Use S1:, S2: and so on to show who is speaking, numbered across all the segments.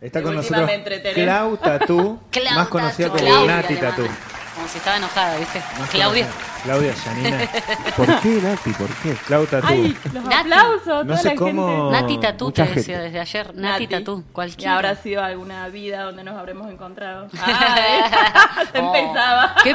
S1: Está
S2: De
S1: con
S2: última
S1: nosotros
S2: me entretené.
S1: Clau Tatú,
S3: Clau
S1: más conocida
S3: Tatú.
S1: como
S3: Claudia
S1: Nati
S3: le
S1: Tatú.
S3: manda. Como si estaba enojada, ¿viste?
S1: Más
S3: Claudia.
S1: conocida. Claudia Yanina.
S4: ¿Por qué, Nati? ¿Por qué?
S1: Clau Tatú.
S2: ¡Ay! Los
S3: Nati.
S2: aplausos, toda
S1: No sé
S2: la
S1: cómo-
S2: gente.
S3: Nati Tatú
S4: mucha
S3: te decía
S4: gente.
S3: desde ayer. Nati, Tatú,
S2: Y
S3: cualquiera.
S2: habrá sido alguna vida donde nos habremos encontrado. ¡Ay! Te
S3: Oh,
S2: empezaba.
S3: Qué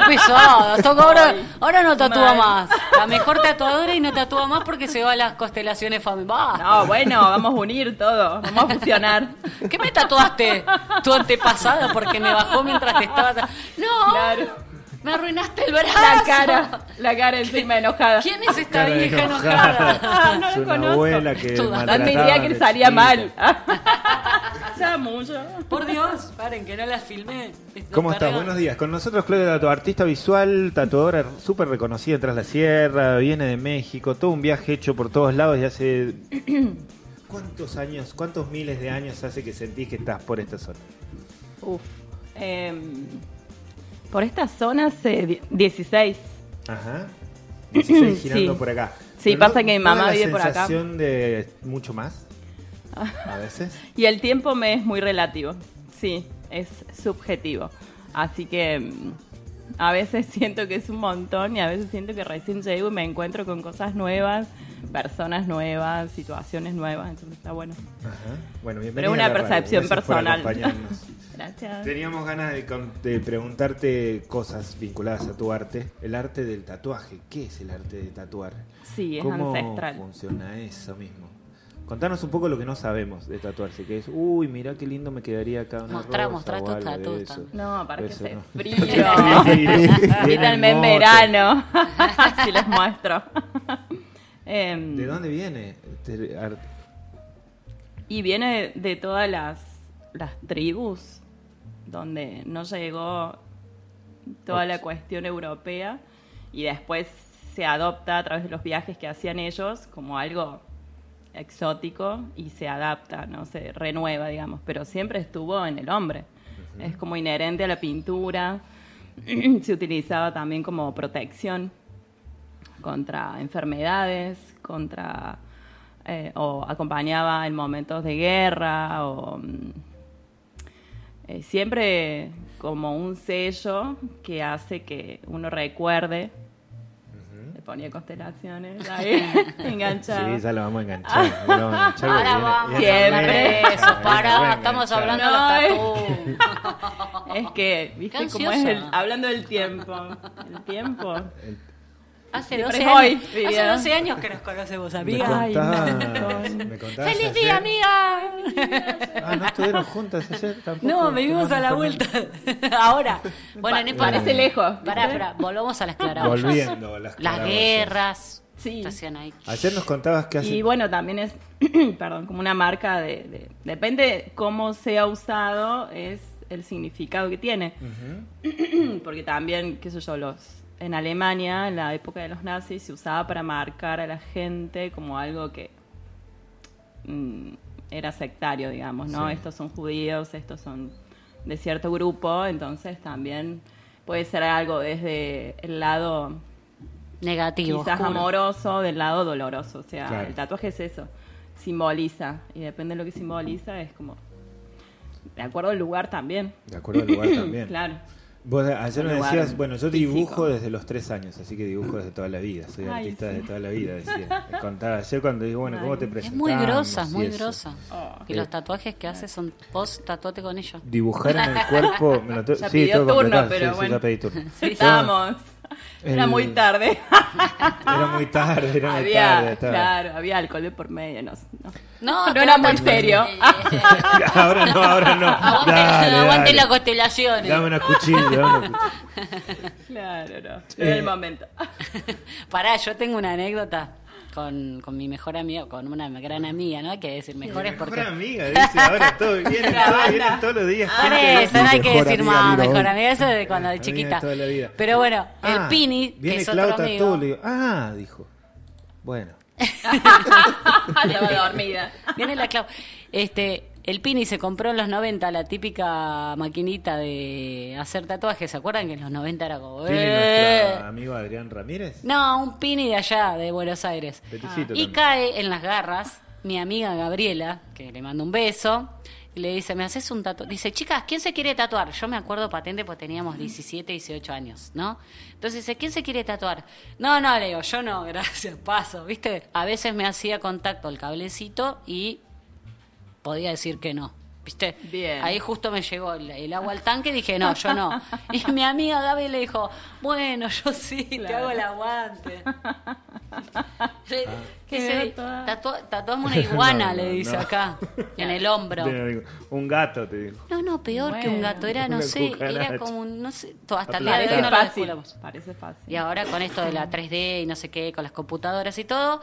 S3: pesado. Toco ahora,
S2: Ay,
S3: ahora no tatúa
S2: mal.
S3: más. La mejor tatuadora y no tatúa más porque se va a las constelaciones fam. Va.
S2: No, bueno, vamos a unir todo. Vamos a fusionar.
S3: ¿Qué me tatuaste? Tu antepasada porque me bajó mientras te estaba. ta- No.
S2: Claro.
S3: Me arruinaste Oh, el brazo.
S2: La cara, la cara encima enojada.
S3: ¿Quién es esta
S1: Cara de
S3: vieja
S1: enojada.
S3: enojada?
S2: Ah, no lo
S1: Es una
S2: conozco.
S1: abuela que
S3: Toda.
S1: maltrataba
S2: ¿Dónde diría
S1: de
S2: que salía
S1: chiquita.
S2: mal? Chamullo.
S3: Por Dios, paren que no la filmé. Nos
S1: ¿Cómo está?
S3: perdemos.
S1: Buenos días. Con nosotros Claudia Tatú, artista visual, tatuadora súper reconocida en Tras la Sierra, viene de México, todo un viaje hecho por todos lados y hace... ¿Cuántos años, cuántos miles de años hace que sentís que estás por esta zona?
S2: Uf. Em, por esta zona hace die- 16.
S1: Ajá. 16 girando
S2: Sí.
S1: por acá.
S2: Sí,
S1: no-
S2: pasa que mi
S1: ¿no da
S2: mamá vive por acá.
S1: la sensación de mucho más? A veces.
S2: Y el tiempo me es muy relativo. Sí, es subjetivo. Así que mm, a veces siento que es un montón y a veces siento que recién llego y me encuentro con cosas nuevas, personas nuevas, situaciones nuevas. Entonces está bueno.
S1: Ajá. Bueno, bienvenida
S2: Pero
S1: a la
S2: una
S1: radio.
S2: percepción
S1: Gracias por
S2: personal.
S1: acompañarnos.
S2: Gracias.
S1: Teníamos ganas de, con- de preguntarte cosas vinculadas a tu arte. El arte del tatuaje. ¿Qué es el arte de tatuar?
S2: Sí, es
S1: ¿Cómo
S2: ancestral.
S1: funciona eso mismo? Contanos un poco lo que no sabemos de tatuarse, que es, uy, mirá qué lindo me quedaría acá una
S3: Mostrá,
S1: rosa
S3: mostrá
S1: o
S3: tus
S1: algo de
S3: tatuos
S1: eso".
S3: también.
S2: No, para que
S1: Eso,
S2: se
S1: ¿no?
S2: frío.
S1: Quítanme
S2: Quítanme en verano. si les muestro. Em,
S3: Mm.
S1: ¿De dónde viene? este arte?
S2: Y viene de, de todas las, las tribus donde no llegó toda la cuestión europea y después se adopta a través de los viajes que hacían ellos como algo exótico y se adapta, no se renueva, digamos, pero siempre estuvo en el hombre. Es como inherente a la pintura, se utilizaba también como protección contra enfermedades, contra eh, o acompañaba en momentos de guerra o mm, eh, siempre como un sello que hace que uno recuerde. Le ponía constelaciones ahí, enganchado.
S1: Sí, ya lo vamos a enganchar. lo vamos a enganchar porque
S3: Ah. Ahora
S1: viene-
S3: vamos.
S1: viene
S2: Siempre.
S1: re-
S3: Eso,
S1: viene re
S3: pará, estamos
S1: enganchada.
S3: hablando
S2: Ay.
S3: de los tatú.
S2: Es que, viste,
S3: Qué
S2: como es el-
S3: ansiosa.
S2: hablando del tiempo. El tiempo.
S3: Hace
S2: Siempre
S3: 12
S2: es hoy,
S3: años, hace
S2: diría.
S3: 12 años que nos conoce vos,
S1: Me
S3: amiga.
S2: Ay,
S1: contabas, me contabas
S3: ¡Feliz
S1: ayer-
S3: día,
S1: ¿eh?
S3: amiga!
S1: Ah, no estuvieron juntas ayer tampoco.
S3: No, vivimos
S1: Estuvimos
S3: a la
S1: con-
S3: vuelta. Ahora. Bueno, no importa.
S2: Parece lejos. ¿viste?
S3: Pará, pará, volvamos a las claraboyas.
S1: Volviendo a las
S3: Las
S1: claraboyas.
S3: guerras.
S2: Sí.
S3: Estación ahí.
S1: Ayer nos contabas que hace...
S2: Y bueno, también es, perdón, como una marca de, de- Depende de cómo sea usado, es el significado que tiene. Porque también, qué sé yo, los... En Alemania, en la época de los nazis, se usaba para marcar a la gente como algo que mm, era sectario, digamos, ¿no?
S1: Sí.
S2: Estos son judíos, estos son de cierto grupo, entonces también puede ser algo desde el lado
S3: Negativo.
S2: quizás
S3: oscuro.
S2: amoroso del lado doloroso. O sea,
S1: Claro.
S2: el tatuaje es eso. Simboliza. Y depende de lo que simboliza, es como. De acuerdo al lugar también.
S1: De acuerdo al lugar también.
S2: Claro.
S1: Vos ayer
S2: Un
S1: me
S2: lugar
S1: decías, bueno, yo dibujo
S2: físico.
S1: desde los tres años, así que dibujo desde toda la vida, soy
S2: Ay,
S1: artista
S2: sí.
S1: desde toda la vida, decía. Me Contaba ayer cuando digo, bueno, ¿cómo
S2: Ay.
S1: te
S3: Es
S1: presentas?
S3: muy grosa, es muy grosa.
S2: Oh.
S3: Y los tatuajes que hace son post tatuate con ellos.
S1: Dibujar en el cuerpo, me lo tengo-
S2: Ya
S1: sí,
S2: pidió
S1: tengo que
S2: turno,
S1: completar,
S2: pero
S1: sí, sí,
S2: bueno.
S1: ya pedí turno. Yo-
S2: Estábamos. Era
S1: El-
S2: muy tarde.
S1: Era muy tarde, era muy
S2: Ah, había,
S1: tarde. estaba-
S2: claro, había alalcohol de por medio. No, no.
S3: No,
S2: No era
S3: pero-
S2: muy serio. Ah,
S1: Ahora no, ahora no.
S3: Aguante,
S1: Dale,
S3: aguante
S1: dale.
S3: las constelaciones.
S1: Dame una cuchilla, dame una cuchilla.
S2: Claro, no. No era
S1: Eh.
S2: el momento.
S3: Pará, yo tengo una anécdota con, con mi mejor amiga, con una gran amiga, ¿no? Hay que decir mejores porque.
S1: Mejor amiga, dice, ahora todo, vienen, todos, vienen todos los días.
S3: Por
S1: gente.
S3: eso, no hay que
S4: Mejor
S3: decir
S4: amiga,
S3: más,
S4: mira,
S3: mejor
S4: hoy.
S3: amiga, eso de cuando
S1: Amiga
S3: de
S1: de
S3: chiquita.
S1: toda la vida.
S3: Pero bueno, el
S1: Ah,
S3: Pini, que
S1: viene
S3: es
S1: Clau
S3: otro
S1: Tatú, le
S3: amigo.
S1: digo, ah, dijo. Bueno,
S2: Estaba dormida.
S3: Viene la Clau. Este, el Pini se compró en los 90 la típica maquinita de hacer tatuajes. ¿Se acuerdan que en los 90 era como.
S1: Pini,
S3: "Eh"?
S1: nuestro amigo Adrián Ramírez.
S3: No, un Pini de allá, de Buenos Aires. Ah.
S1: Peticito
S3: Y
S1: también.
S3: cae en las garras mi amiga Gabriela, que le mando un beso. le dice, ¿me haces un tatuaje? Dice, chicas, ¿quién se quiere tatuar? Yo me acuerdo patente pues teníamos 17, 18 años, ¿no? Entonces dice, ¿quién se quiere tatuar? No, no, le digo, yo no, gracias, paso, ¿viste? A veces me hacía contacto el cablecito y podía decir que no. ¿Viste?
S2: Bien.
S3: Ahí justo me llegó el, el agua
S2: Ah.
S3: al tanque y dije, no, yo no. Y mi amiga Gaby le dijo, bueno, yo sí, te
S2: Claro. Ah.
S3: hago el aguante. Le-
S2: Qué
S3: dice,
S2: toda-
S3: "Tatua- tatuame una iguana,
S1: No,
S3: le
S1: no,
S3: dice
S1: no.
S3: acá, en el hombro.
S1: Te digo, Un gato, te digo.
S3: No, no, peor que un
S2: Bueno.
S3: gato. Era, no
S1: Una
S3: sé, era
S1: cucaracha.
S3: como un, no sé, to- hasta el día de
S2: Parece
S3: hoy no lo
S2: fácil.
S3: descubrimos.
S2: Parece fácil.
S3: Y ahora con esto de la 3D y no sé qué, con las computadoras y todo,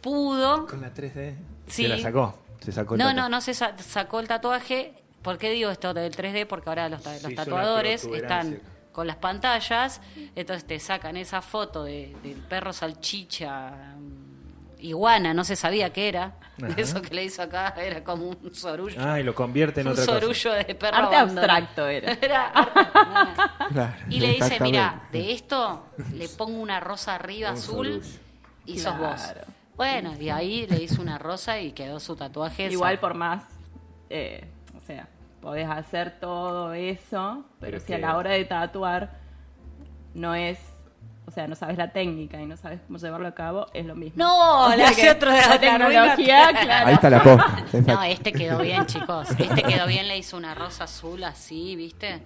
S3: pudo.
S1: Con la 3D.
S3: Sí.
S1: Se la sacó. Se sacó el
S3: No,
S1: tatuaje.
S3: no, no se sa- sacó el tatuaje. ¿Por qué digo esto del 3D? Porque ahora los, ta- los
S1: Sí, hizo una
S3: tatuadores están
S1: protuberancia.
S3: con las pantallas, entonces te sacan esa foto de, del perro salchicha, mm, iguana, no se sabía qué era.
S1: Ajá.
S3: Eso que le hizo acá era como un sorullo.
S1: Ah, y lo convierte en
S3: un
S1: otra cosa.
S3: sorullo de perro
S2: Arte
S3: abandonado.
S2: abstracto era.
S3: Era arte- no, no.
S4: Claro,
S3: Y le dice,
S4: exactamente.
S3: mira, de esto le pongo una rosa arriba
S1: Un
S3: azul
S1: sorullo.
S3: y sos vos.
S2: Claro.
S3: Bueno, y ahí le hizo una rosa y quedó su tatuaje.
S2: Igual
S3: Sa-
S2: por más, eh, o sea, podés hacer todo eso, pero,
S1: Pero
S2: si a
S1: queda.
S2: la hora de tatuar no es, o sea, no sabes la técnica y no sabes cómo llevarlo a cabo, es lo mismo.
S3: No,
S2: O
S3: le
S2: sea
S3: hace
S2: que
S3: otro de la
S2: tecnología,
S3: ruina.
S2: claro.
S4: Ahí está la posta.
S3: No,
S4: exacto.
S3: este quedó bien, chicos. Este quedó bien, le hizo una rosa azul así, ¿viste?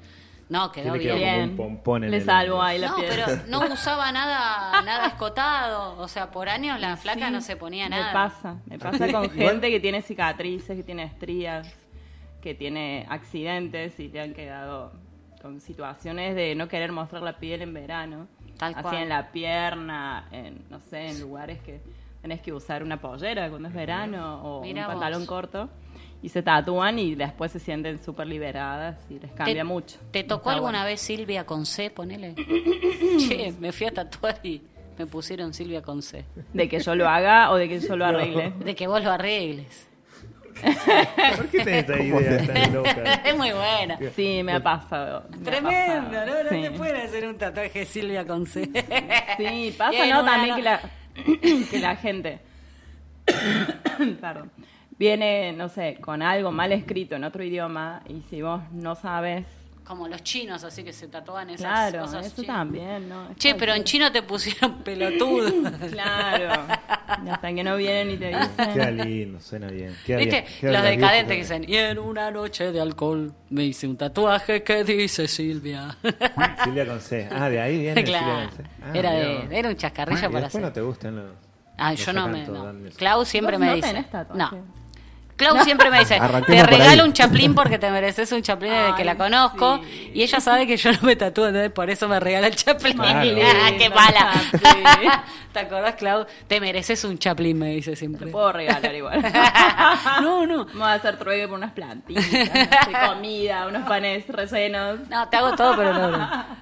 S3: No, quedó
S1: Sí, le quedó
S3: bien.
S1: como un
S2: Bien.
S1: pompón en
S2: Le
S1: el
S2: salvo
S1: hombro.
S2: ahí la
S3: No,
S2: piedra.
S3: pero no usaba nada, nada escotado. O sea, por años la flaca no se ponía nada.
S2: Me pasa, me pasa con gente que tiene cicatrices, que tiene estrías, que tiene accidentes y te han quedado con situaciones de no querer mostrar la piel en verano.
S3: Tal
S2: Así
S3: cual.
S2: en la pierna, en, no sé, en lugares que tenés que usar una pollera cuando es verano o
S3: Mira
S2: un
S3: vos.
S2: pantalón corto. Y se tatúan y después se sienten súper liberadas y les cambia
S3: ¿Te-
S2: mucho.
S3: ¿Te tocó
S2: Está
S3: alguna
S2: bueno.
S3: vez Silvia con C? Ponele. che, me fui a tatuar y me pusieron Silvia con C.
S2: ¿De que yo lo haga o de que yo lo arregle?
S3: De que vos lo arregles.
S1: ¿Por qué tenés esta
S4: ¿Cómo
S1: idea
S4: se-
S1: tan loca?
S3: es muy buena.
S2: Sí, me ha pasado. me ha
S3: Tremendo, ¿no?
S2: pasado,
S3: No
S2: sí.
S3: te pueden hacer un tatuaje Silvia con C.
S2: Sí, pasa,
S3: Bien,
S2: ¿no?
S3: una,
S2: También
S3: no.
S2: que la, que la gente. Perdón. Viene, no sé, con algo mal escrito en otro idioma y si vos no sabes.
S3: Como los chinos, así que se tatúan esas
S2: Claro,
S3: cosas.
S2: eso
S3: chinas.
S2: también, ¿no? Es
S3: Che, pero en chino te pusieron pelotudo.
S2: cualquier- Claro. Y Hasta que no vienen y te
S1: Queda
S2: dicen.
S1: lindo, suena bien. queda
S3: ¿Viste?
S1: bien, queda
S3: Los
S1: bien,
S3: decadentes
S1: queda
S3: que
S1: bien.
S3: dicen, y en una noche de alcohol me hice un tatuaje que dice Silvia.
S1: Silvia con C. Ah, de ahí viene
S3: Claro.
S1: Silvia con C. Ah,
S3: Era
S1: mirá
S3: de-
S1: vos.
S3: era un chascarrillo
S1: Ah, y
S3: para
S1: después
S3: hacer.
S1: no te gustan los...
S3: Ah,
S1: los
S3: yo no me.
S1: tanto,
S3: no.
S1: Dan-
S3: Clau siempre
S2: Vos
S3: me
S2: no
S3: dice.
S2: tenés tatuajes.
S3: No. Clau siempre me dice, te
S4: Arranquemos por
S3: regalo
S4: ahí".
S3: un chaplín porque te mereces un chaplín desde que la
S2: Ay,
S3: conozco.
S2: sí.
S3: Y ella sabe que yo no me tatúo, entonces por eso me regala el chaplín.
S1: Claro.
S3: Ah, ¡Qué
S2: Lindo,
S3: pala!
S2: chaplín.
S3: ¿Te acordás, Clau? Te mereces un chaplín, me dice siempre.
S2: Te puedo regalar igual.
S3: No, no.
S2: Vamos a hacer trueque por unas plantitas, no sé, comida, unos panes rellenos.
S3: No, te hago todo, pero no. no.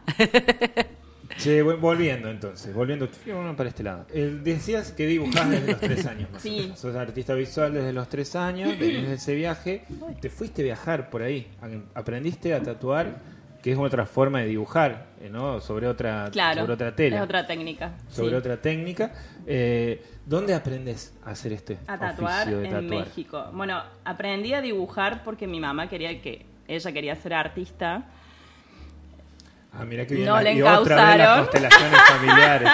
S1: Che, vol- volviendo entonces, volviendo bueno, para este lado. Eh, decías que dibujás desde los tres años. Más o
S2: Sí.
S1: menos. Sos artista visual desde los tres años, desde ese viaje. Te fuiste a viajar por ahí, a- aprendiste a tatuar, que es otra forma de dibujar, eh, ¿no? Sobre otra,
S2: Claro.
S1: sobre otra tela,
S2: Es otra técnica.
S1: sobre
S2: sí.
S1: otra técnica. Eh, ¿Dónde aprendes a hacer este
S2: a tatuar
S1: oficio de
S2: en
S1: tatuar?
S2: México. Bueno, aprendí a dibujar porque mi mamá quería que ella quería ser artista.
S1: Ah, mira que bien.
S2: No
S1: la-
S2: le
S1: y otra vez las
S2: encausaron.
S1: constelaciones familiares.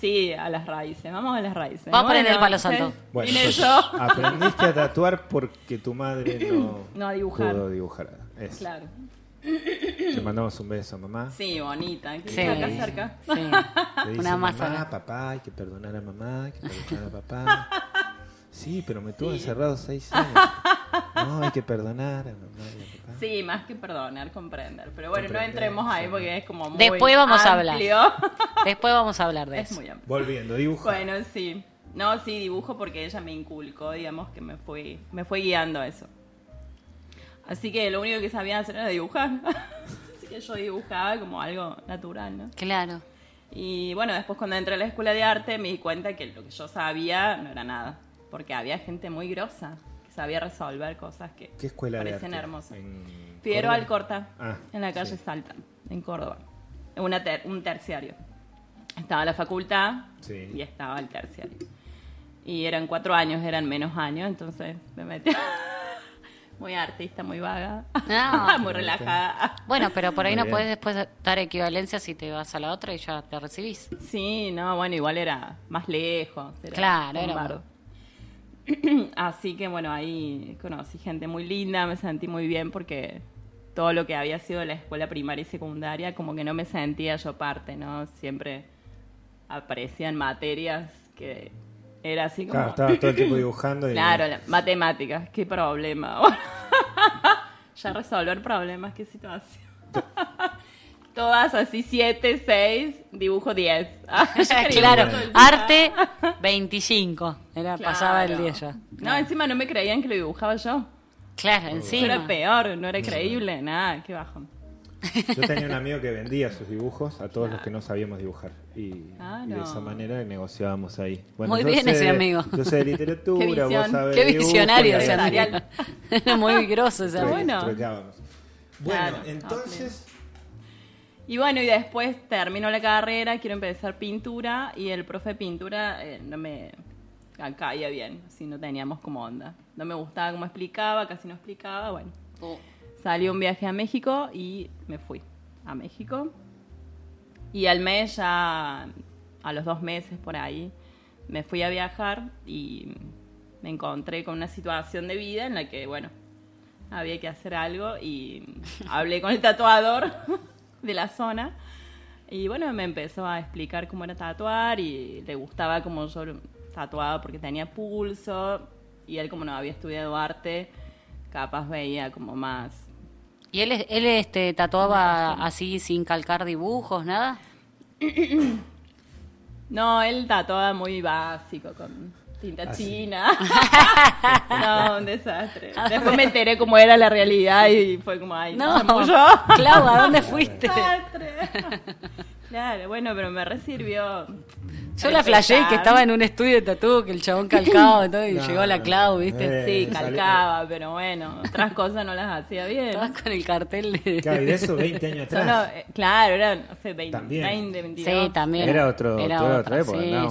S2: Sí, a las raíces, vamos a las raíces.
S3: Vamos a prender el palo
S2: sí.
S3: santo.
S1: Bueno, pues.
S2: Vine
S1: entonces,
S2: yo.
S1: aprendiste a tatuar porque tu madre no,
S2: No a dibujar.
S1: pudo dibujar. Es.
S2: Claro.
S1: Le mandamos un beso, mamá.
S2: Sí, bonita. que
S3: Sí.
S2: está acá cerca.
S3: Sí.
S1: Le dice,
S3: Una
S1: mamá,
S3: masa.
S1: papá, hay que perdonar a mamá, hay que perdonar a papá. Sí, pero me tuvo encerrado seis años. No, hay que perdonar a mamá y a papá.
S2: Sí, más que perdonar, comprender. Pero bueno, no
S1: Comprender,
S2: entremos ahí
S1: sí.
S2: porque es como muy
S3: Después vamos a hablar.
S2: amplio.
S3: Después vamos a hablar de
S2: Es
S3: eso.
S2: muy amplio.
S1: Volviendo, dibujo.
S2: Bueno, sí. No, sí, dibujo porque ella me inculcó, digamos, que me fue, me fue guiando a eso. Así que lo único que sabía hacer era dibujar. Así que yo dibujaba como algo natural, ¿no?
S3: Claro.
S2: Y bueno, después cuando entré a la escuela de arte me di cuenta que lo que yo sabía no era nada. Porque había gente muy grosa que sabía resolver cosas que
S1: ¿Qué escuela de
S2: parecen
S1: arte?
S2: hermosas.
S1: ¿En
S2: Figueroa
S1: Córdoba?
S2: Alcorta,
S1: Ah,
S2: en la calle
S1: sí.
S2: Salta, en Córdoba. Una ter- un terciario. Estaba la facultad
S1: Sí.
S2: y estaba el terciario. Y eran cuatro años, eran menos años, entonces me metí, Muy artista, muy vaga.
S3: No.
S2: muy relajada.
S3: Bueno, pero por ahí
S1: Muy
S3: no
S1: bien.
S3: podés después dar equivalencia si te vas a la otra y ya te recibís.
S2: Sí, no, bueno, igual era más lejos. Era
S3: Claro, era
S2: Lombardo. Así que bueno, ahí conocí gente muy linda, me sentí muy bien porque todo lo que había sido la escuela primaria y secundaria, como que no me sentía yo parte, ¿no? Siempre aparecían materias que era así como...
S1: Claro, estaba todo el tiempo dibujando y
S2: Claro, la- matemáticas, qué problema. ya resolver problemas, qué situación. Todas así, 7, 6, dibujo Ah, 10.
S3: claro, arte 25. Era,
S2: Claro.
S3: pasaba el día ya.
S2: No, encima no me creían que lo dibujaba yo.
S3: Claro,
S2: Eso
S3: encima.
S2: Era peor, no era creíble, nada, qué bajo.
S1: yo tenía un amigo que vendía sus dibujos a todos los que no sabíamos dibujar. Y,
S2: Claro.
S1: y de esa manera negociábamos ahí.
S3: Muy
S1: yo
S3: bien
S1: sé-
S3: ese amigo.
S1: Yo sé de literatura, vos
S2: visión.
S1: sabés
S3: Qué
S1: de dibujo, y
S3: visionario
S1: ahí
S3: ese
S1: así
S3: amigo. Era muy groso ese
S1: tro-
S3: amigo.
S2: bueno.
S1: troqueábamos. Bueno,
S2: Claro,
S1: entonces,
S2: Y bueno, y después termino la carrera, quiero empezar pintura y el profe de pintura eh, no me ca- caía bien, si no teníamos como onda. No me gustaba cómo explicaba, casi no explicaba, bueno. Salí un viaje a México y me fui a México. Y al mes ya, a los dos meses por ahí, me fui a viajar y me encontré con una situación de vida en la que, bueno, había que hacer algo y hablé con el tatuador de la zona. Y bueno, me empezó a explicar cómo era tatuar y le gustaba como yo tatuaba porque tenía pulso y él como no había estudiado arte, capaz veía como más
S3: ¿Y él, es- él este, tatuaba así sin calcar dibujos, nada?
S2: No, él tatuaba muy básico, con tinta
S1: Ah,
S2: china. no, un desastre. Después me enteré cómo era la realidad y fue como, ay,
S3: No, Ah,
S2: no, yo.
S3: Clau, ¿a dónde fuiste?
S2: Desastre. Claro, bueno, pero me resirvió.
S3: Yo la flasheé que estaba en un estudio de tatu, que el chabón calcaba y todo, y
S1: No,
S3: llegó la Clau, ¿viste?
S1: eh.
S2: Sí,
S1: salí-
S2: calcaba, pero bueno, otras cosas no las hacía bien.
S3: Estabas con el cartel de...
S1: claro, y de eso 20 años atrás.
S2: Solo, eh, claro, eran, no sé, 20,
S1: También.
S2: 20, 22.
S3: Sí, también.
S1: Era otro,
S3: Era
S1: otra,
S3: otra,
S1: otra época,
S3: sí,
S1: ¿no?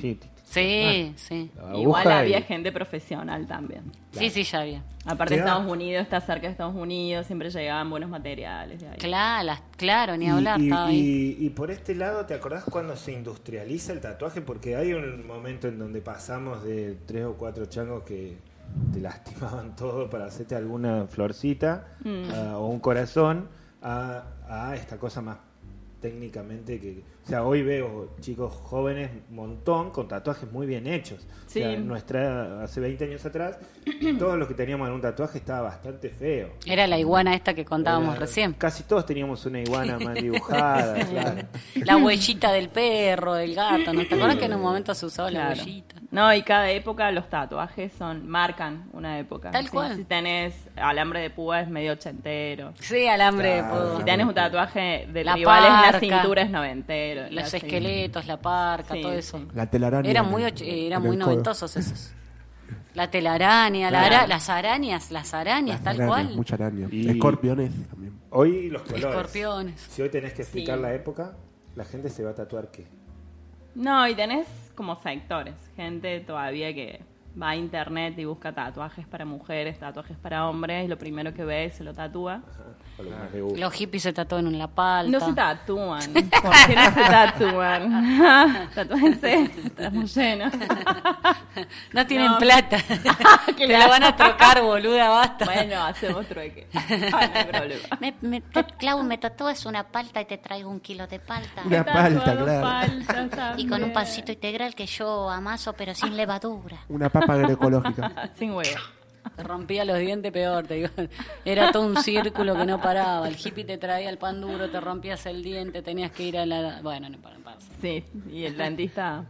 S3: sí.
S1: Sí, sí,
S3: Sí, sí.
S1: la
S2: Igual
S1: aguja
S2: había
S1: y-
S2: gente profesional también.
S3: Sí, sí, ya había.
S2: Aparte
S1: Claro.
S2: Estados Unidos, está cerca de Estados Unidos, siempre llegaban buenos materiales. de ahí.
S3: Claro, las- claro, ni
S1: Y-
S3: hablar,
S1: y,
S3: estaba ahí.
S1: y- y por este lado, ¿te acordás cuando se industrializa el tatuaje? Porque hay un momento en donde pasamos de tres o cuatro changos que te lastimaban todo para hacerte alguna florcita
S3: Mm.
S1: ah, o un corazón a, a esta cosa más técnicamente que... O sea, hoy veo chicos jóvenes montón con tatuajes muy bien hechos. O sea,
S2: Sí.
S1: nuestra, hace 20 años atrás, todos los que teníamos algún tatuaje estaba bastante feo.
S3: Era la iguana esta que contábamos
S1: Era-
S3: recién.
S1: Casi todos teníamos una iguana mal dibujada, claro.
S3: La huellita del perro, del gato, ¿no? ¿Te acuerdas que en un momento se usaba la
S2: Claro.
S3: huellita?
S2: No, y cada época los tatuajes son marcan una época.
S3: Tal
S2: Sí,
S3: cual.
S2: Si tenés alambre de púa es medio ochentero.
S3: Sí, alambre
S1: Claro.
S3: de
S2: Si
S3: podo.
S2: tenés un tatuaje de
S3: La
S2: tribales en
S3: parca.
S2: la cintura es noventero. la
S3: Los
S2: cin-
S3: esqueletos, la parca,
S2: Sí,
S3: todo
S2: sí.
S3: eso.
S4: La telaraña.
S3: Eran
S4: en
S3: muy,
S4: el-
S3: och- eh, eran
S4: en el
S3: muy
S4: codo.
S3: noventosos esos. La telaraña, la
S2: Claro.
S3: ara- las arañas, las arañas,
S4: Las
S3: tal
S4: arañas,
S3: cual.
S4: Mucha araña.
S1: Y-
S4: Escorpiones también.
S1: Hoy los colores.
S3: Escorpiones.
S1: Si hoy tenés que explicar
S2: Sí.
S1: la época, la gente se va a tatuar qué.
S2: No, y tenés como sectores. Gente todavía que va a internet y busca tatuajes para mujeres, tatuajes para hombres, y lo primero que ve se lo tatúa.
S1: O lo que más le gusta.
S3: Los hippies se tatúan en la palta.
S2: No se tatúan. ¿Por qué no se tatúan? Tatúense, estamos llenos.
S3: No tienen
S2: No.
S3: plata. Te la
S2: Claro.
S3: van a trocar, boluda, basta.
S2: Bueno, hacemos trueque. Ah, No hay problema.
S5: Me, me, te- Clau, me tatúas una palta y te traigo un kilo de palta.
S4: Una palta,
S2: Tatuado
S4: claro.
S2: palta
S5: Y con
S2: también.
S5: un pancito integral que yo amaso, pero sin levadura.
S4: Una papa agroecológica.
S2: Ah, Sin huevo.
S3: Te rompía los dientes peor, te digo. Era todo un círculo que no paraba. El hippie te traía el pan duro, te rompías el diente, tenías que ir a la... Bueno, no para, no pasa.
S2: Sí, y el dentista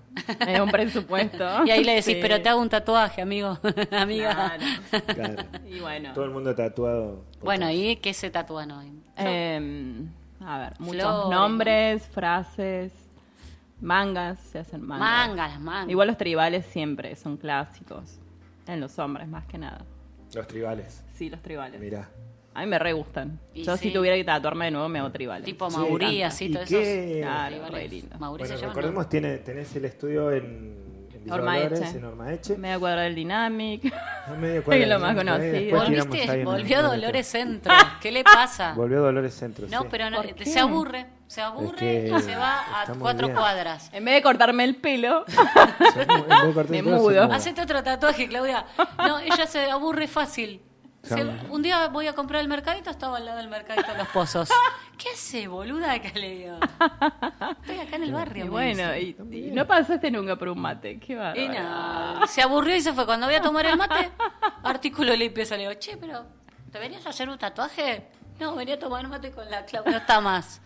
S2: es un presupuesto.
S3: Y ahí le decís,
S2: Sí.
S3: pero te hago un tatuaje, amigo, amiga.
S2: Claro.
S1: Claro.
S2: Y bueno,
S1: Todo el mundo tatuado.
S3: Bueno, ¿y qué se tatúan hoy?
S2: eh, a ver, muchos
S3: Flores.
S2: nombres, frases, mangas, se hacen mangas.
S3: Mangas, las mangas.
S2: Igual los tribales siempre son clásicos, en los hombres más que nada.
S1: Los tribales.
S2: Sí, los tribales.
S1: Mirá.
S2: A mí me re gustan.
S3: Y
S2: Yo
S3: sí.
S2: si tuviera que tatuarme de nuevo me hago tribales.
S3: Tipo
S1: Sí,
S3: Maurí,
S1: encanta.
S3: así,
S1: ¿Y
S3: todo eso.
S1: qué?
S2: Claro, re lindo.
S3: Maurí
S1: Bueno,
S3: se llama.
S1: recordemos, tiene, tenés el estudio en, en
S2: Ormaeche.
S1: Dolores, en Ormaeche.
S2: Media cuadra del Dynamic.
S1: En medio cuadra,
S2: Es lo más
S1: sí,
S2: conocido.
S1: después tiramos ahí
S3: Volviste,
S1: en
S3: volvió
S1: el-
S3: Dolores Centro. ¿Qué le pasa?
S1: Volvió Dolores Centro.
S3: No,
S1: sí.
S3: pero no,
S2: ¿Por qué?
S3: se aburre, se aburre
S1: Es que
S3: y se va
S1: está
S3: a
S1: muy
S3: cuatro
S1: bien.
S3: cuadras.
S2: En vez de cortarme el pelo,
S1: Se mu- en vez de cortar
S2: Me
S1: el pelo, se
S2: mudo.
S1: muda.
S3: Hacete otro tatuaje, Claudia. No, ella se aburre fácil. Se-
S1: Claro.
S3: un día voy a comprar el mercadito, estaba al lado del mercadito de los pozos. ¿Qué hace, boluda? Que le digo. Estoy acá en el barrio.
S2: y
S3: me
S2: bueno,
S3: dice.
S2: y, y no pasaste nunca por un mate. Qué bárbaro.
S3: Y no, se aburrió y se fue. Cuando voy a tomar el mate, artículo le empieza. Le digo, che, pero ¿te venías a hacer un tatuaje? No, venía a tomar mate con la Claudia. No está más.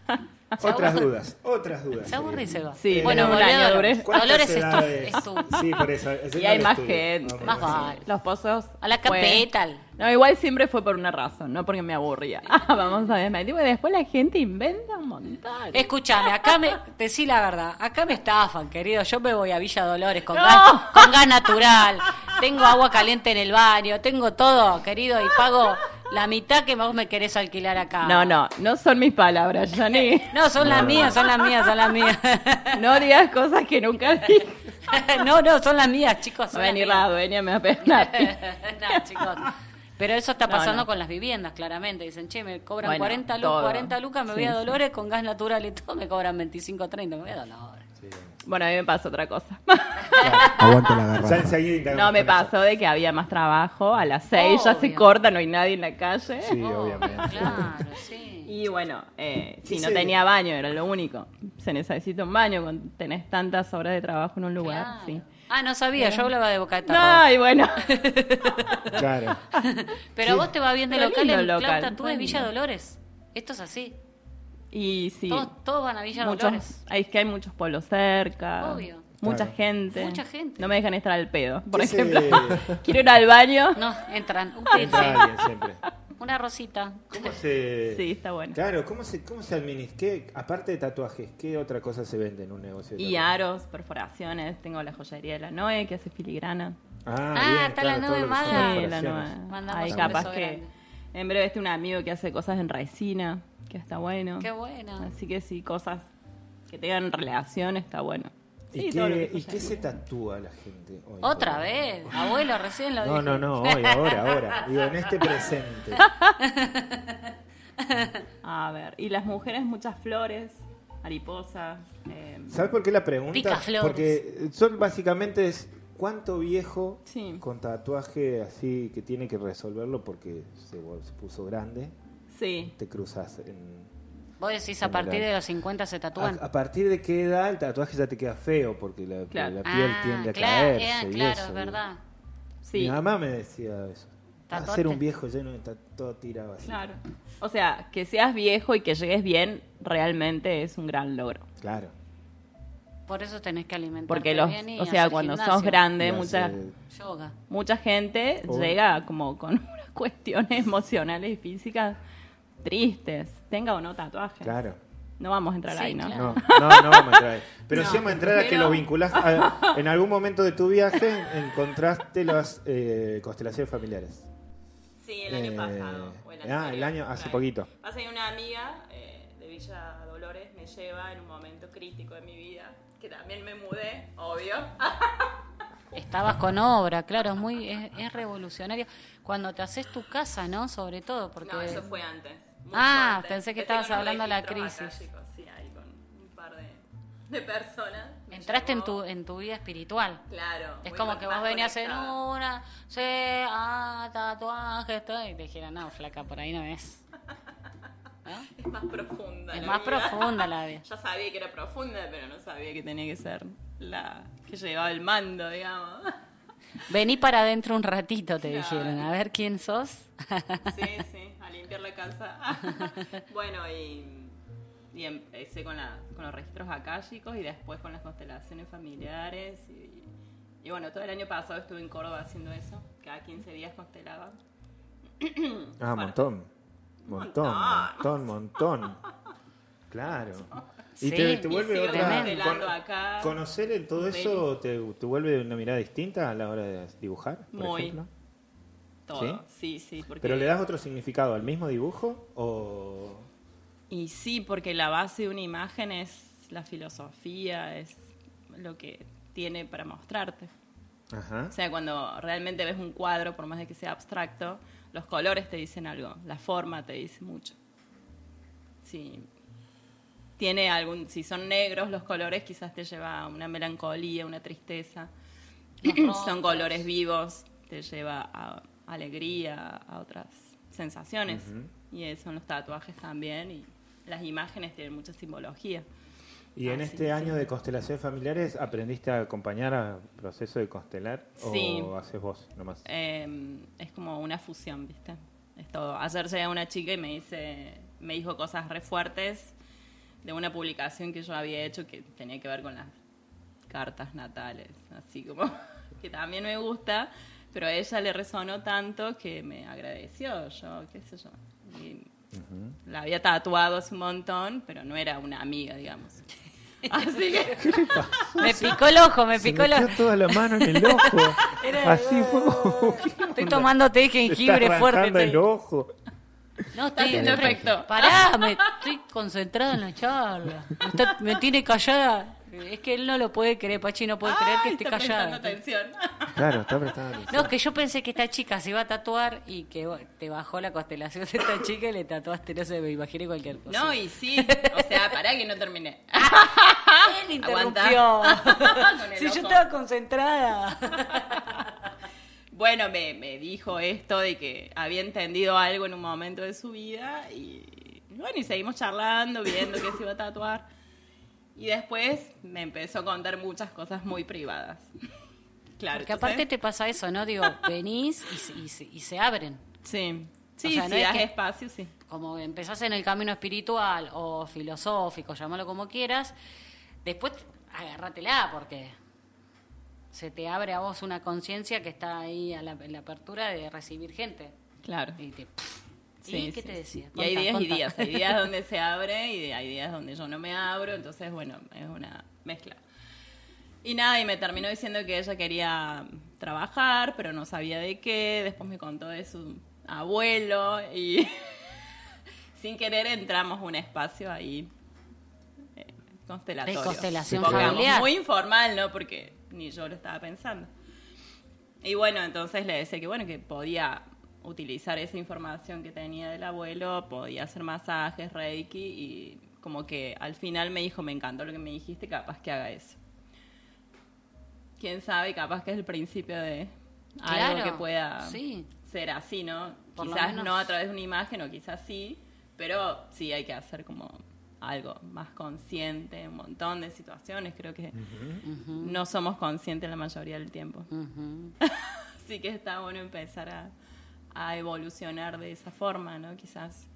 S3: Se
S1: Otras
S3: aburre.
S1: dudas, otras dudas.
S3: Se aburre y se va.
S2: Sí,
S3: bueno,
S2: tenía un
S3: volvió
S2: año,
S3: Dolores.
S1: ¿Cuántas
S3: Dolores es tu-
S1: edades?
S3: es tu-
S1: Sí, por eso. es
S2: Y
S1: el
S2: hay más
S1: estudio.
S2: gente.
S1: Vamos,
S3: Más
S1: vamos.
S3: vale.
S2: Los pozos.
S3: A la
S2: fue-
S3: capital.
S2: No, igual siempre fue por una razón, no porque me aburría. Vamos a ver, digo, después la gente inventa un montón.
S3: Escuchame, acá me, decí la verdad, acá me estafan, querido. Yo me voy a Villa Dolores con,
S2: No.
S3: gas, con gas natural, tengo agua caliente en el baño, tengo todo, querido, y pago la mitad que vos me querés alquilar acá.
S2: No, no, no son mis palabras, Jani.
S3: No, son las mías, son las mías, son las mías.
S2: No digas cosas que nunca dije.
S3: No, no, son las mías, chicos.
S2: Va
S3: son
S2: a
S3: las
S2: venir
S3: mías.
S2: la dueña, me va a pegar.
S3: No, chicos. Pero eso está
S2: No,
S3: pasando
S2: no.
S3: con las viviendas, claramente. Dicen, che, me cobran
S2: Bueno,
S3: 40, lu-
S2: todo.
S3: 40 lucas, me voy
S2: Sí,
S3: a
S2: sí.
S3: Dolores con gas natural y todo, me cobran 25, 30, me voy a Dolores.
S2: Bueno, a mí me pasó otra cosa.
S4: Aguanta la
S1: Ya
S4: garrafa.
S1: enseguida intentamos
S2: No, me
S1: con eso.
S2: pasó de que había más trabajo. A las seis ya se
S3: Obvio.
S2: corta, no hay nadie en la calle.
S1: Sí, obviamente.
S3: Oh, Claro, sí.
S2: Y bueno, eh, sí,
S1: Sí,
S2: no
S1: sí.
S2: tenía baño, era lo único. Se necesita un baño cuando tenés tantas horas de trabajo en un lugar.
S3: Claro.
S2: Sí.
S3: Ah, no sabía, yo hablaba de Boca de Tarro.
S2: No, y bueno.
S1: Claro.
S3: Pero vos te va bien de
S2: Pero
S3: local
S2: lindo
S3: en
S2: local,
S3: Clau Tatú
S2: muy
S3: de Villa
S2: lindo.
S3: Dolores. Esto es así.
S2: Y sí,
S3: Todos, todos van a Villa
S2: muchos,
S3: Dolores.
S2: hay, es que hay muchos pueblos cerca.
S3: Obvio.
S2: Mucha
S1: Claro.
S2: gente.
S3: Mucha gente.
S2: No me dejan estar al pedo. Por
S1: Sí, sí.
S2: ejemplo, quiero ir al baño.
S3: No, entran. Un pincel,
S1: Entra alguien siempre.
S3: una rosita.
S1: ¿Cómo se.?
S2: Sí, está bueno.
S1: Claro, ¿cómo se, cómo se administra? ¿Qué- aparte de tatuajes, ¿qué otra cosa se vende en un negocio? de
S2: Y
S1: tatuajes?
S2: aros, perforaciones. Tengo la joyería de la Noe que hace filigrana.
S1: Ah,
S3: Ah,
S1: bien,
S3: está
S1: claro,
S3: la
S1: todo
S3: nube
S1: lo que son
S3: maga.
S2: Sí, la
S1: operaciones.
S2: Noe.
S3: Ah. Mandamos
S2: Ahí
S1: un
S2: capaz
S3: beso
S2: que
S3: grande.
S2: en breve esté un amigo que hace cosas en resina, que está bueno.
S3: Qué bueno.
S2: Así que sí, cosas que tengan relación está bueno.
S1: ¿Y,
S2: Sí, todo lo que
S1: qué,
S2: es
S1: ¿Y qué se
S2: joyería.
S1: tatúa la gente hoy?
S3: Otra
S1: Porque-
S3: vez. Abuelo, recién lo
S1: No,
S3: dije.
S1: no, no, hoy, ahora, ahora. Digo, en este presente.
S2: A ver, y las mujeres muchas flores, mariposas. eh,
S1: ¿Sabes por qué la pregunta?
S3: Picaflores.
S1: Porque son básicamente es cuánto viejo
S2: Sí.
S1: con tatuaje así que tiene que resolverlo porque se, vol- se puso grande,
S2: sí.
S1: te cruzas en...
S3: Vos decís, a partir de los 50 se
S1: A,
S3: tatúan.
S1: a partir de qué edad el tatuaje ya te queda feo porque la,
S2: Claro.
S1: la piel
S3: Ah,
S1: tiende a
S3: claro,
S1: caerse
S3: eh,
S1: y
S3: claro,
S1: eso,
S3: es
S1: y-
S3: verdad.
S2: Sí,
S1: Mi mamá me decía eso.
S3: Tatuate.
S1: Hacer un viejo lleno de ta- todo tirado así.
S2: claro. O sea, que seas viejo y que llegues bien realmente es un gran logro.
S1: Claro.
S3: Por eso tenés que alimentarte
S2: Porque los,
S3: bien y
S2: o sea,
S3: hacer
S2: cuando
S3: gimnasio.
S2: sos grande,
S1: Y
S2: mucha,
S1: hace-
S3: Yoga.
S2: mucha gente
S1: Oh.
S2: llega como con unas cuestiones emocionales y físicas tristes, tenga o no tatuaje.
S1: Claro.
S2: No vamos a entrar
S3: Sí,
S2: ahí, ¿no?
S3: claro.
S1: No, no, no vamos a entrar ahí. Pero
S2: No,
S1: sí vamos a entrar a que
S2: pero-
S1: lo vinculás. a- en algún momento de tu viaje encontraste las eh, constelaciones familiares.
S2: Sí, el año
S1: Eh,
S2: pasado. o el
S1: ah,
S2: anterior,
S1: el año-
S2: por
S1: hace
S2: ahí.
S1: poquito.
S2: Pasa que una amiga eh, de Villa Dolores me lleva en un momento crítico de mi vida, que también me mudé, obvio.
S3: Ah, Estabas con obra, claro, es muy es, es revolucionario. Cuando te haces tu casa, ¿no? Sobre todo, porque...
S2: No, eso fue antes. mucho
S3: Ah,
S2: antes.
S3: pensé que
S2: Empecé
S3: estabas
S2: con un
S3: hablando de la
S2: registro
S3: crisis.
S2: acá, chicos, sí, ahí con un par de, de personas. Me
S3: Entraste en tu,
S2: llamó,
S3: en tu vida espiritual.
S2: Claro.
S3: Es
S2: muy
S3: como
S2: más-
S3: que vos
S2: más
S3: venías en
S2: conectada.
S3: una, se, ah, tatuaje, todo, y te dijeron, no, flaca, por ahí no es.
S2: Es más profunda.
S3: Es
S2: la
S3: más
S2: vida.
S3: profunda la vida.
S2: Yo sabía que era profunda, pero no sabía que tenía que ser la que llevaba el mando, digamos.
S3: Vení para adentro un ratito, te dijeron, a ver quién sos.
S2: Sí, sí, a limpiar la casa. bueno, y, y empecé con, la- con los registros acálicos y después con las constelaciones familiares. Y, y bueno, todo el año pasado estuve en Córdoba haciendo eso. Cada 15 días constelaba.
S1: Ah, montón. Montón, montón, montón. Claro.
S3: Sí, y
S2: Y sigo
S3: otra-
S2: constelando
S1: cono-
S2: acá.
S1: Conocer el- todo eso te, te vuelve una mirada distinta a la hora de dibujar, por
S2: Muy.
S1: ejemplo.
S2: Todo. ¿Sí? sí, porque
S1: Pero le das otro significado al mismo dibujo o
S2: Y sí, porque la base de una imagen es la filosofía, es lo que tiene para mostrarte.
S1: Ajá.
S2: O sea, cuando realmente ves un cuadro, por más de que sea abstracto, los colores te dicen algo, la forma te dice mucho. Si tiene algún, si son negros los colores, quizás te lleva a una melancolía, una tristeza. son colores vivos, te lleva a alegría, a otras sensaciones. Y eso son los tatuajes también y las imágenes tienen mucha simbología.
S1: Y en
S2: Ah, sí,
S1: este
S2: sí.
S1: año de constelaciones familiares, ¿aprendiste a acompañar al proceso de constelar?
S2: Sí.
S1: ¿O haces vos nomás?
S2: Eh, es como una fusión, ¿viste? Es todo. Ayer llega una chica y me dice, me dijo cosas re fuertes de una publicación que yo había hecho que tenía que ver con las cartas natales, así como que también me gusta, pero a ella le resonó tanto que me agradeció, yo qué sé yo. Y La había tatuado hace un montón, pero no era una amiga, digamos. Así que
S3: Me picó el ojo, me
S1: Se
S3: picó el
S1: metió
S3: ojo.
S1: toda la mano en el ojo.
S3: Era-
S1: Así fue como...
S3: Estoy tomando té de jengibre fuerte.
S1: en
S3: te-
S1: el ojo.
S3: No, estoy
S2: haciendo efecto.
S3: Pará, me estoy concentrada en la charla. Me, está- me tiene callada. Es que él no lo puede creer, Pachi no puede creer que
S2: Ay,
S3: esté
S2: está prestando
S3: callada.
S2: atención.
S1: Claro, está prestando atención.
S3: No, que yo pensé que esta chica se iba a tatuar y que bueno, te bajó la constelación de esta chica y le tatuaste, no sé, me imaginé cualquier cosa. Ah,
S2: No, y sí. O sea, pará que no terminé.
S3: él interrumpió.
S2: ah, Con el
S3: si yo
S2: ojo.
S3: estaba concentrada.
S2: Bueno, me, me dijo esto de que había entendido algo en un momento de su vida y bueno, y seguimos charlando, viendo qué se iba a tatuar. Y después me empezó a contar muchas cosas muy privadas. Claro. entonces-
S3: Porque
S2: ¿eh?
S3: aparte te pasa eso, ¿no? Digo, venís y se- y se- y se abren.
S2: Sí. Sí,
S3: sea,
S2: si
S3: no es
S2: das
S3: que-
S2: espacio, sí.
S3: como empezás en el camino espiritual o filosófico, llámalo como quieras, después agárratela porque se te abre a vos una conciencia que está ahí a la, en la apertura de recibir gente.
S2: Claro.
S3: Y te-
S2: Sí,
S3: ¿Y qué
S2: sí,
S3: te
S2: sí.
S3: decía?
S2: Y hay
S3: Contá,
S2: días
S3: contá.
S2: y días. Hay días donde se abre y hay días donde yo no me abro. Entonces, bueno, es una mezcla. Y nada, y me terminó diciendo que ella quería trabajar, pero no sabía de qué. Después me contó de su abuelo y sin querer entramos a un espacio ahí eh, constelatorio.
S3: De constelación
S2: Supongamos.
S3: familiar.
S2: Muy informal, ¿no? Porque ni yo lo estaba pensando. Y bueno, entonces le decía que bueno, que podía utilizar esa información que tenía del abuelo, podía hacer masajes, reiki y como que al final me dijo, me encantó lo que me dijiste, capaz que haga eso. Quién sabe, capaz que es el principio de algo
S3: Claro,
S2: que pueda
S3: sí.
S2: ser así, ¿no?
S3: Por lo
S2: quizás
S3: menos.
S2: no a través de una imagen o quizás sí, pero sí hay que hacer como algo más consciente, un montón de situaciones, creo que no somos conscientes la mayoría del tiempo.
S3: Ujú.
S2: Así que está bueno empezar a, a evolucionar de esa forma, ¿no? Quizás.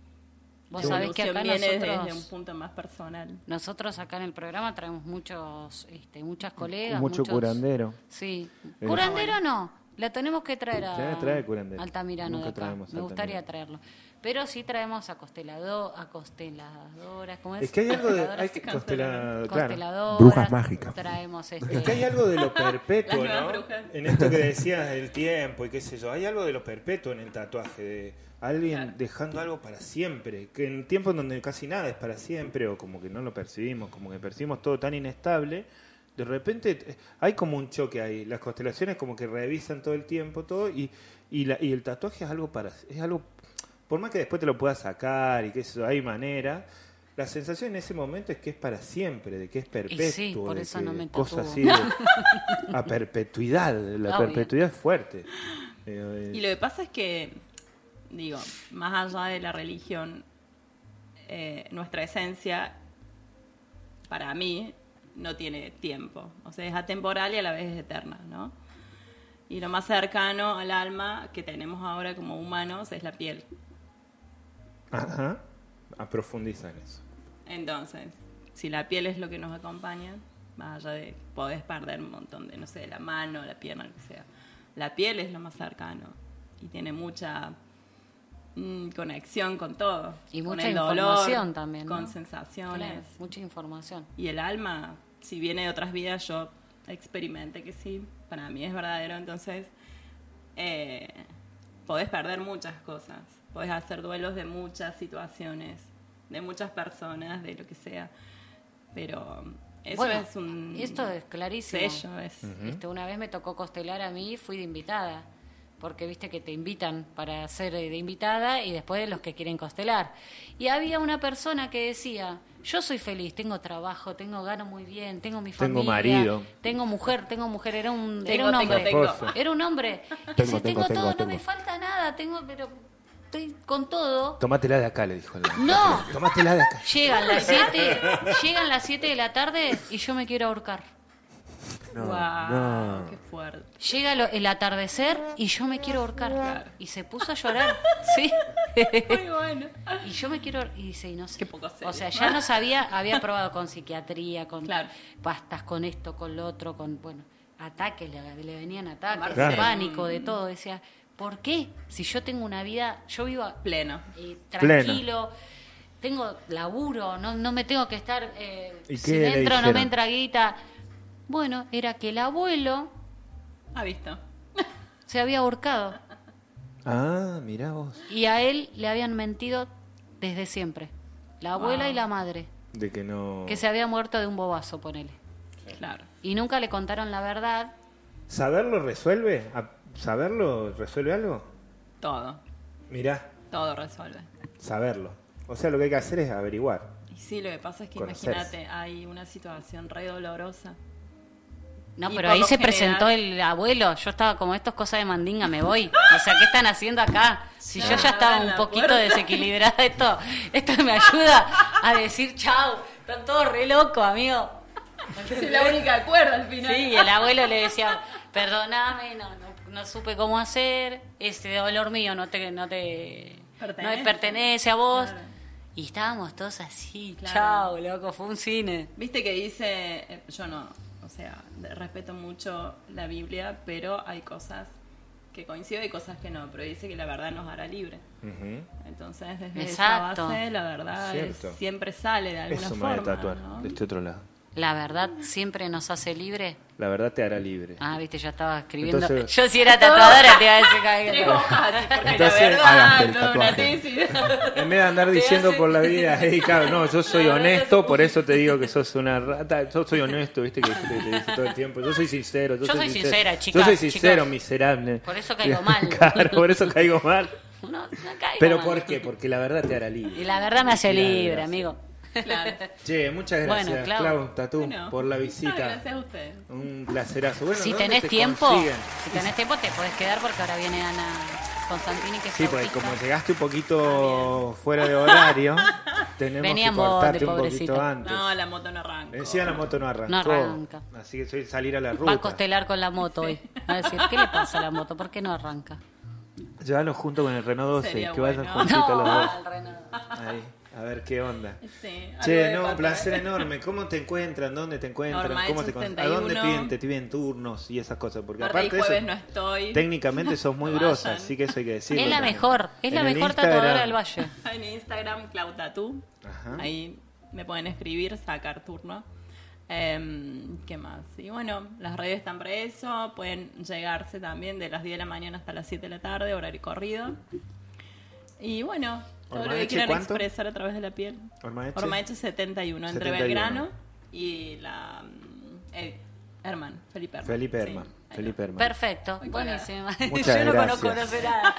S3: Vos
S2: la
S3: sabés que
S2: evolución
S3: acá
S2: viene
S3: nosotros-
S2: desde un punto más personal.
S3: Nosotros acá en el programa traemos muchos, este, muchas
S2: Mm,
S3: colegas.
S1: Mucho
S3: muchos-
S1: curandero.
S3: Sí.
S1: Eh.
S3: Curandero no. La tenemos que traer a
S1: Trae- trae curandero.
S3: Altamirano
S1: Nunca
S3: de acá. Me
S1: traemos Altamirano.
S3: gustaría traerlo. Pero sí traemos a, constelado, a consteladoras. ¿Cómo es?
S1: Es que hay algo de...
S3: Consteladoras.
S1: Hay que constelar... Claro.
S3: Consteladoras.
S4: Brujas mágicas.
S3: Traemos este.
S1: Es que hay algo de lo perpetuo,
S2: Las
S1: ¿no?
S2: nuevas brujas.
S1: En esto que decías del tiempo y qué sé yo, hay algo de lo perpetuo en el tatuaje, de alguien dejando algo para siempre, que en tiempos donde casi nada es para siempre o como que no lo percibimos, como que percibimos todo tan inestable, de repente eh, hay como un choque ahí, las constelaciones como que revisan todo el tiempo todo y, y, la- y el tatuaje es algo para es algo por más que después te lo puedas sacar y que eso hay manera, la sensación en ese momento es que es para siempre, de que es perpetuo,
S3: por
S1: de
S3: eso
S1: que
S3: no me
S1: cosas así
S3: tatúo.
S1: de- a perpetuidad, la
S3: Obvio.
S1: perpetuidad es fuerte. Eh,
S2: Y lo que pasa es que, digo, más allá de la religión, eh, nuestra esencia, para mí, no tiene tiempo. O sea, es atemporal y a la vez es eterna, ¿no? Y lo más cercano al alma que tenemos ahora como humanos es la piel.
S1: eh, Ajá. A profundizar en eso.
S2: Entonces, si la piel es lo que nos acompaña, más allá de podés perder un montón de, no sé, la mano, la pierna, lo que sea. La piel es lo más cercano y tiene mucha mm, conexión con todo.
S3: Y
S2: con
S3: mucha
S2: el dolor,
S3: información también,
S2: Con
S3: ¿no?
S2: sensaciones.
S3: Claro, mucha información.
S2: Y el alma, si viene de otras vidas, yo experimenté que sí, para mí es verdadero, entonces eh, podés perder muchas cosas, podés hacer duelos de muchas situaciones, de muchas personas, de lo que sea, pero Eso
S3: Bueno,
S2: es un
S3: esto es clarísimo.
S2: sello, es-
S3: Este, una vez me tocó costelar a mí, fui de invitada, porque viste que te invitan para ser eh, de invitada y después de los que quieren costelar. Y había una persona que decía, yo soy feliz, tengo trabajo, tengo gano muy bien, tengo mi
S1: Tengo
S3: familia,
S1: marido.
S3: tengo mujer, tengo mujer, era un,
S2: Tengo,
S3: era un
S2: tengo,
S3: hombre,
S1: tengo.
S3: era un hombre. Y
S4: Tengo,
S3: dice, tengo,
S4: tengo, tengo,
S3: todo,
S4: tengo".
S3: no me falta nada, tengo, pero estoy con todo.
S1: Tómatela de acá, le dijo el hombre.
S3: No,
S1: Tómatela de acá.
S3: llegan las 7, llegan las 7 de la tarde y yo me quiero ahorcar.
S2: Guau, qué fuerte.
S3: Llega lo- el atardecer y yo me quiero ahorcar. Y se puso a llorar. Sí.
S2: Muy bueno.
S3: Y yo me quiero. Y dice, y no sé.
S2: Qué poco serio.
S3: O sea, ya no sabía, había probado con psiquiatría, con
S2: Claro.
S3: pastas, con esto, con lo otro, con. Bueno, ataques, le, le venían ataques,
S2: Claro.
S3: pánico, de todo. Decía, ¿por qué? Si yo tengo una vida. Yo vivo
S2: Pleno.
S3: eh,
S1: Plena.
S3: tranquilo. Tengo laburo, no, no me tengo que estar. eh,
S1: ¿Y
S3: si
S1: qué le
S3: me entra o no
S1: dijeron?
S3: me entra guita. Bueno, era que el abuelo
S2: Ha visto.
S3: se había ahorcado.
S1: Ah, mirá vos.
S3: Y a él le habían mentido desde siempre. La abuela
S2: Wow. Oh.
S3: y la madre,
S1: De que no.
S3: que se había muerto de un bobazo, ponele.
S2: Claro.
S3: Y nunca le contaron la verdad.
S1: ¿Saberlo resuelve? ¿A- ¿Saberlo resuelve algo?
S2: Todo.
S1: Mirá,
S2: Todo resuelve.
S1: saberlo. O sea, lo que hay que hacer es averiguar.
S2: Y sí, lo que pasa es que
S1: Conocerse.
S2: imagínate, hay una situación re dolorosa.
S3: No,
S2: Y
S3: pero
S2: por
S3: ahí
S2: lo
S3: se
S2: general-
S3: presentó el abuelo. Yo estaba como, esto es cosa de mandinga, me voy. O sea, ¿qué están haciendo acá? Si yo ya
S2: Claro,
S3: estaba
S2: abran
S3: un
S2: la
S3: poquito
S2: puerta.
S3: desequilibrada, esto, esto me ayuda a decir chau. Están todos re locos, amigo.
S2: Es la única cuerda al final.
S3: Sí, y el abuelo le decía, perdóname, no, no, no supe cómo hacer, ese dolor mío no te, no te
S2: Pertenece.
S3: no te pertenece a vos.
S2: Claro.
S3: Y estábamos todos así,
S2: Claro.
S3: chao, loco, fue un cine.
S2: Viste que dice, eh, yo no, o sea, de- respeto mucho la Biblia, pero hay cosas que coincido y cosas que no, pero dice que la verdad nos hará libre. Entonces, desde
S3: Exacto.
S2: esa base, la verdad es-
S1: Cierto.
S2: siempre sale de alguna
S1: Eso me voy
S2: forma.
S1: a tatuar,
S2: ¿no?
S1: de este otro lado.
S3: La verdad siempre nos hace libre.
S1: La verdad te hará libre.
S3: Ah, viste, ya estaba escribiendo.
S1: Entonces-
S3: Yo si era tatuadora te iba a decir
S2: Tres
S3: que...
S2: hojas, porque
S1: Entonces, hágate
S2: la verdad,
S1: el
S2: no, una
S1: tatuaje.
S2: tesis.
S1: En vez de andar diciendo
S3: hace-
S1: por la vida, "Ey, claro, no, yo soy
S3: La verdad te
S1: honesto,
S3: hace
S1: por eso te digo que sos una rata. Yo soy honesto, viste, que te, te dice todo el tiempo. Yo soy sincero. Yo,
S3: Yo soy
S1: sincero.
S3: sincera,
S1: Yo
S3: chicas,
S1: soy sincero,
S3: chicos.
S1: miserable.
S3: Por eso caigo mal.
S1: Claro, por eso caigo mal.
S3: No, no caigo
S1: ¿Pero
S3: mal.
S1: por qué? Porque la verdad te hará
S3: Y
S1: libre.
S3: la verdad me hace
S1: Y la
S3: libre,
S1: verdad, sí.
S3: amigo.
S2: Claro.
S1: Che, muchas
S3: Bueno,
S1: gracias,
S3: Clau.
S1: Clau, Tatú,
S2: Bueno,
S1: por la
S2: no,
S1: visita.
S2: gracias a ustedes.
S1: Un placerazo. Bueno,
S3: si
S1: ¿dónde
S3: tenés
S1: te
S3: tiempo,
S1: consiguen?
S3: si tenés tiempo te podés quedar porque ahora viene Ana Constantini que es
S1: Sí, porque
S3: autista.
S1: como llegaste un poquito fuera de horario, tenemos
S3: Venía en
S1: que
S3: bondi,
S1: cortarte un poquito
S3: pobrecita.
S1: antes.
S2: No, la moto no arranca.
S1: Encima la moto no arrancó.
S3: No arranca.
S1: Así que soy salir a la
S3: Va a
S1: ruta.
S3: costelar con la moto hoy. Va a decir, ¿qué le pasa a la moto? ¿Por qué no arranca?
S1: Llévalo junto con el Renault 12,
S2: Sería
S1: que vayan
S2: bueno.
S1: juntitos los dos.
S3: al Renault.
S1: Ahí, a ver qué onda.
S2: Sí, algo
S1: Che,
S2: de
S1: no, un
S2: pata.
S1: placer enorme. ¿Cómo te encuentran? ¿Dónde te encuentran?
S2: Normal,
S1: ¿Cómo te con- ¿A
S2: 71.
S1: dónde piden? Te piden turnos y esas cosas. Porque
S2: Aparte, el
S1: aparte de eso,
S2: jueves no estoy.
S1: técnicamente sos muy
S2: No
S1: grosa,
S2: vayan.
S1: así que eso hay que decirlo.
S3: Es la
S1: también.
S3: mejor, es la
S1: En el
S3: mejor
S1: Instagram,
S3: tatuadora del valle.
S2: En Instagram, Clautatú.
S1: Ajá.
S2: Ahí me pueden escribir, sacar turno. Em, ¿Qué más? Y bueno, las redes están para eso. Pueden llegarse también de las 10 de la mañana hasta las 7 de la tarde, horario corrido. Y bueno, todo lo que
S1: Ormaeche,
S2: quieran
S1: ¿cuánto?
S2: expresar a través de la piel.
S1: Ormaeche.
S2: Ormaeche 71, entre
S1: 71.
S2: Belgrano y la. mm, eh, Herman, Felipe Herman.
S1: Felipe
S2: Sí,
S1: Herman.
S2: ahí va.
S1: Felipe Herman.
S3: Perfecto,
S2: Muy
S3: buenísima.
S1: Muchas
S3: Yo no
S1: gracias.
S3: conozco, no sé nada.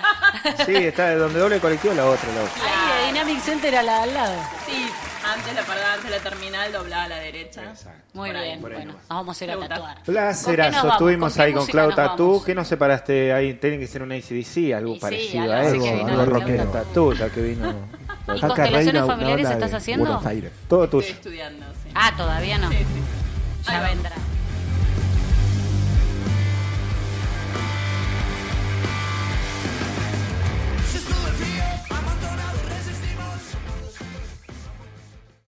S1: Sí, está de donde doble el colectivo la otra, la otra.
S3: Ahí, la Dynamic Center a la- al lado.
S2: Sí, antes la parada, antes la terminal, doblada a la derecha.
S1: Exacto.
S3: Muy
S2: Por ahí,
S3: bien,
S1: por ahí
S3: bueno,
S1: nomás.
S3: nos vamos a ir a
S2: Me gusta.
S3: tatuar. ¿Con qué nos
S1: Placerazo,
S3: vamos?
S1: estuvimos
S3: qué
S1: ahí con
S3: música
S1: Clau
S3: nos
S1: Tatú.
S3: vamos?
S1: ¿Qué nos separaste ahí? Tiene que ser una ACDC, algo
S3: Y sí,
S1: parecido
S3: algo
S1: a
S3: así
S1: eso.
S3: que vino
S1: algo
S4: de Clau
S1: rockero.
S4: Tatú.
S1: Tatú, la que vino.
S3: ¿Y
S4: Acá
S3: constelaciones
S4: reina una
S3: familiares
S4: ola
S3: estás
S4: de
S3: haciendo?
S4: Buenos Aires.
S1: Todo
S2: Estoy
S1: tuyo.
S2: estudiando, sí.
S3: Ah, todavía no.
S2: Sí, sí, sí.
S3: Ya vendrá.